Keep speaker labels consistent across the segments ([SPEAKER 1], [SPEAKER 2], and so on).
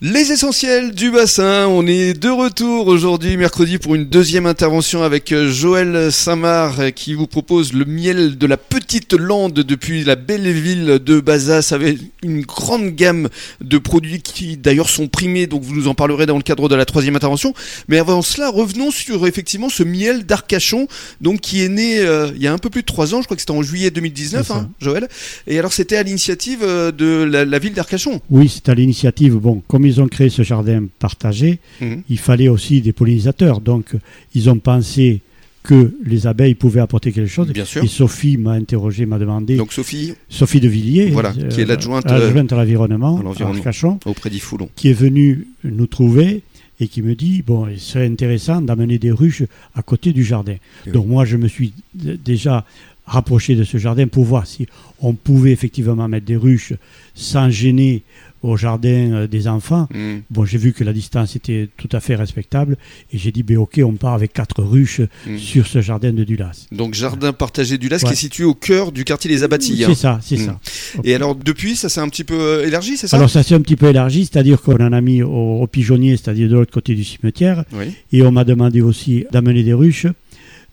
[SPEAKER 1] Les essentiels du bassin, on est de retour aujourd'hui mercredi pour une deuxième intervention avec euh, Joël Samar qui vous propose le miel de la petite lande depuis la belle ville de Bazas avec une grande gamme de produits qui d'ailleurs sont primés, donc vous nous en parlerez dans le cadre de la troisième intervention. Mais avant cela, revenons sur effectivement ce miel d'Arcachon, donc qui est né euh, il y a un peu plus de trois ans, je crois que c'était en juillet 2019,
[SPEAKER 2] C'est ça.
[SPEAKER 1] hein, Joël. Et alors c'était à l'initiative euh, de la, la ville d'Arcachon.
[SPEAKER 2] Oui, c'est à l'initiative. Bon, comme ils ont créé ce jardin partagé,
[SPEAKER 1] Mhm.
[SPEAKER 2] il fallait aussi des pollinisateurs. Donc, ils ont pensé que les abeilles pouvaient apporter quelque chose.
[SPEAKER 1] Bien sûr.
[SPEAKER 2] Et Sophie m'a interrogé, m'a demandé.
[SPEAKER 1] Donc Sophie,
[SPEAKER 2] Sophie de Villiers,
[SPEAKER 1] Voilà, qui est l'adjointe, euh,
[SPEAKER 2] adjointe à l'environnement,
[SPEAKER 1] à l'environnement.
[SPEAKER 2] à Arcachon,
[SPEAKER 1] auprès d'Ifoulon.
[SPEAKER 2] qui est venue nous trouver et qui me dit bon, il serait intéressant d'amener des ruches à côté du jardin.
[SPEAKER 1] Et
[SPEAKER 2] Donc moi, je me suis d- déjà rapproché de ce jardin pour voir si on pouvait effectivement mettre des ruches sans gêner au jardin euh, des enfants.
[SPEAKER 1] Mm.
[SPEAKER 2] Bon, j'ai vu que la distance était tout à fait respectable et j'ai dit ben ok, on part avec quatre ruches
[SPEAKER 1] Mm.
[SPEAKER 2] sur ce jardin de Dulas.
[SPEAKER 1] Donc jardin partagé du Las qui
[SPEAKER 2] Ouais.
[SPEAKER 1] est situé au cœur du quartier des Abatilles.
[SPEAKER 2] C'est ça, c'est
[SPEAKER 1] Mm.
[SPEAKER 2] ça.
[SPEAKER 1] Et alors depuis, ça s'est un petit peu euh, élargi, c'est ça
[SPEAKER 2] Alors ça s'est un petit peu élargi, c'est-à-dire qu'on en a mis au, au pigeonnier, c'est-à-dire de l'autre côté du cimetière,
[SPEAKER 1] Oui.
[SPEAKER 2] et on m'a demandé aussi d'amener des ruches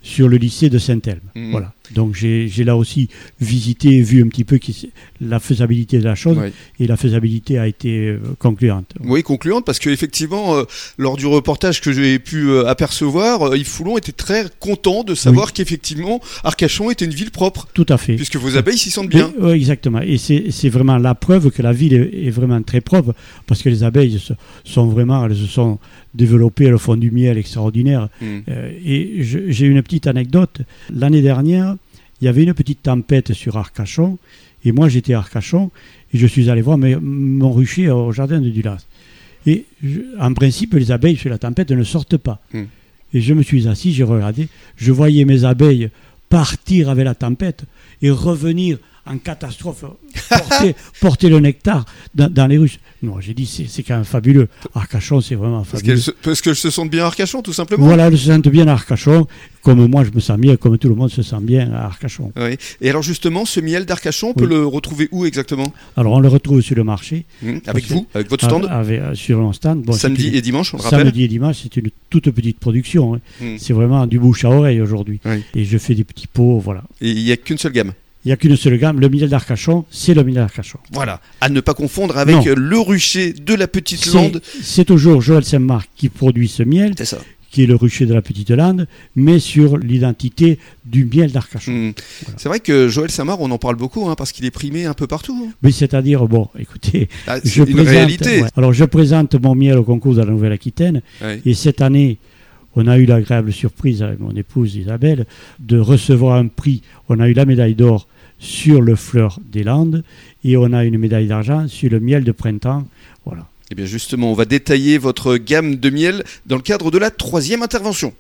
[SPEAKER 2] sur le lycée de Saint-Elme.
[SPEAKER 1] Mhm.
[SPEAKER 2] Voilà. Donc j'ai j'ai là aussi visité, et vu un petit peu qui s- la faisabilité de la chose,
[SPEAKER 1] Oui.
[SPEAKER 2] et la faisabilité a été euh, concluante.
[SPEAKER 1] Oui, concluante, parce que effectivement, euh, lors du reportage que j'ai pu euh, apercevoir, euh, Yves Foulon était très content de savoir qu'effectivement, Arcachon était une ville propre,
[SPEAKER 2] Tout à fait.
[SPEAKER 1] puisque vos abeilles s'y sentent bien.
[SPEAKER 2] Mais, ouais, exactement. Et c'est c'est vraiment la preuve que la ville est, est vraiment très propre, parce que les abeilles se- sont vraiment, elles se sont développées, elles font du miel extraordinaire.
[SPEAKER 1] Mm.
[SPEAKER 2] Euh, et je- j'ai une petite anecdote. L'année dernière, il y avait une petite tempête sur Arcachon, et moi j'étais à Arcachon, et je suis allé voir mes- mon rucher au jardin de Dulas. Et je- en principe, les abeilles sur la tempête ne sortent pas.
[SPEAKER 1] Mm.
[SPEAKER 2] Et je me suis assis, j'ai regardé, je voyais mes abeilles partir avec la tempête et revenir en catastrophe, porter, porter le nectar dans, dans les ruches. Non, j'ai dit, c'est c'est quand même fabuleux. Arcachon, c'est vraiment
[SPEAKER 1] Parce,
[SPEAKER 2] fabuleux.
[SPEAKER 1] qu'elles se- parce qu'elles se sentent bien à Arcachon, tout simplement.
[SPEAKER 2] Voilà, elles se sentent bien à Arcachon, comme moi je me sens bien, comme tout le monde se sent bien à Arcachon.
[SPEAKER 1] Oui. Et alors justement, ce miel d'Arcachon, on peut
[SPEAKER 2] Oui.
[SPEAKER 1] le retrouver où exactement
[SPEAKER 2] Alors on le retrouve sur le marché.
[SPEAKER 1] Mm. Avec
[SPEAKER 2] Parce que-
[SPEAKER 1] vous, avec votre stand,
[SPEAKER 2] Av- avec- euh, sur mon stand. Bon,
[SPEAKER 1] samedi
[SPEAKER 2] c'est une-
[SPEAKER 1] et dimanche, on le rappelle.
[SPEAKER 2] Samedi et dimanche, c'est une toute petite production. hein.
[SPEAKER 1] Mm.
[SPEAKER 2] C'est vraiment du bouche à oreille aujourd'hui.
[SPEAKER 1] Oui.
[SPEAKER 2] Et je fais des petits pots, voilà.
[SPEAKER 1] Et il n'y a qu'une seule gamme.
[SPEAKER 2] Il n'y a qu'une seule gamme. Le miel d'Arcachon, c'est le miel d'Arcachon.
[SPEAKER 1] Voilà, à ne pas confondre avec
[SPEAKER 2] Non.
[SPEAKER 1] le rucher de la petite
[SPEAKER 2] C'est
[SPEAKER 1] lande.
[SPEAKER 2] c'est toujours Joël Saint-Marc qui produit ce miel,
[SPEAKER 1] C'est ça.
[SPEAKER 2] qui est le rucher de la Petite Lande, mais sur l'identité du miel d'Arcachon.
[SPEAKER 1] Mm. C'est vrai que Joël Samar, on en parle beaucoup hein, parce qu'il est primé un peu partout. hein.
[SPEAKER 2] Mais c'est-à-dire, bon, écoutez,
[SPEAKER 1] Ah, c'est
[SPEAKER 2] je
[SPEAKER 1] une
[SPEAKER 2] présente,
[SPEAKER 1] réalité.
[SPEAKER 2] ouais. Alors je présente mon miel au concours de la Nouvelle-Aquitaine
[SPEAKER 1] Ouais.
[SPEAKER 2] et cette année, on a eu l'agréable surprise avec mon épouse Isabelle de recevoir un prix. On a eu la médaille d'or sur le fleur des Landes et on a une médaille d'argent sur le miel de printemps. Voilà.
[SPEAKER 1] Eh bien justement, on va détailler votre gamme de miel dans le cadre de la troisième intervention.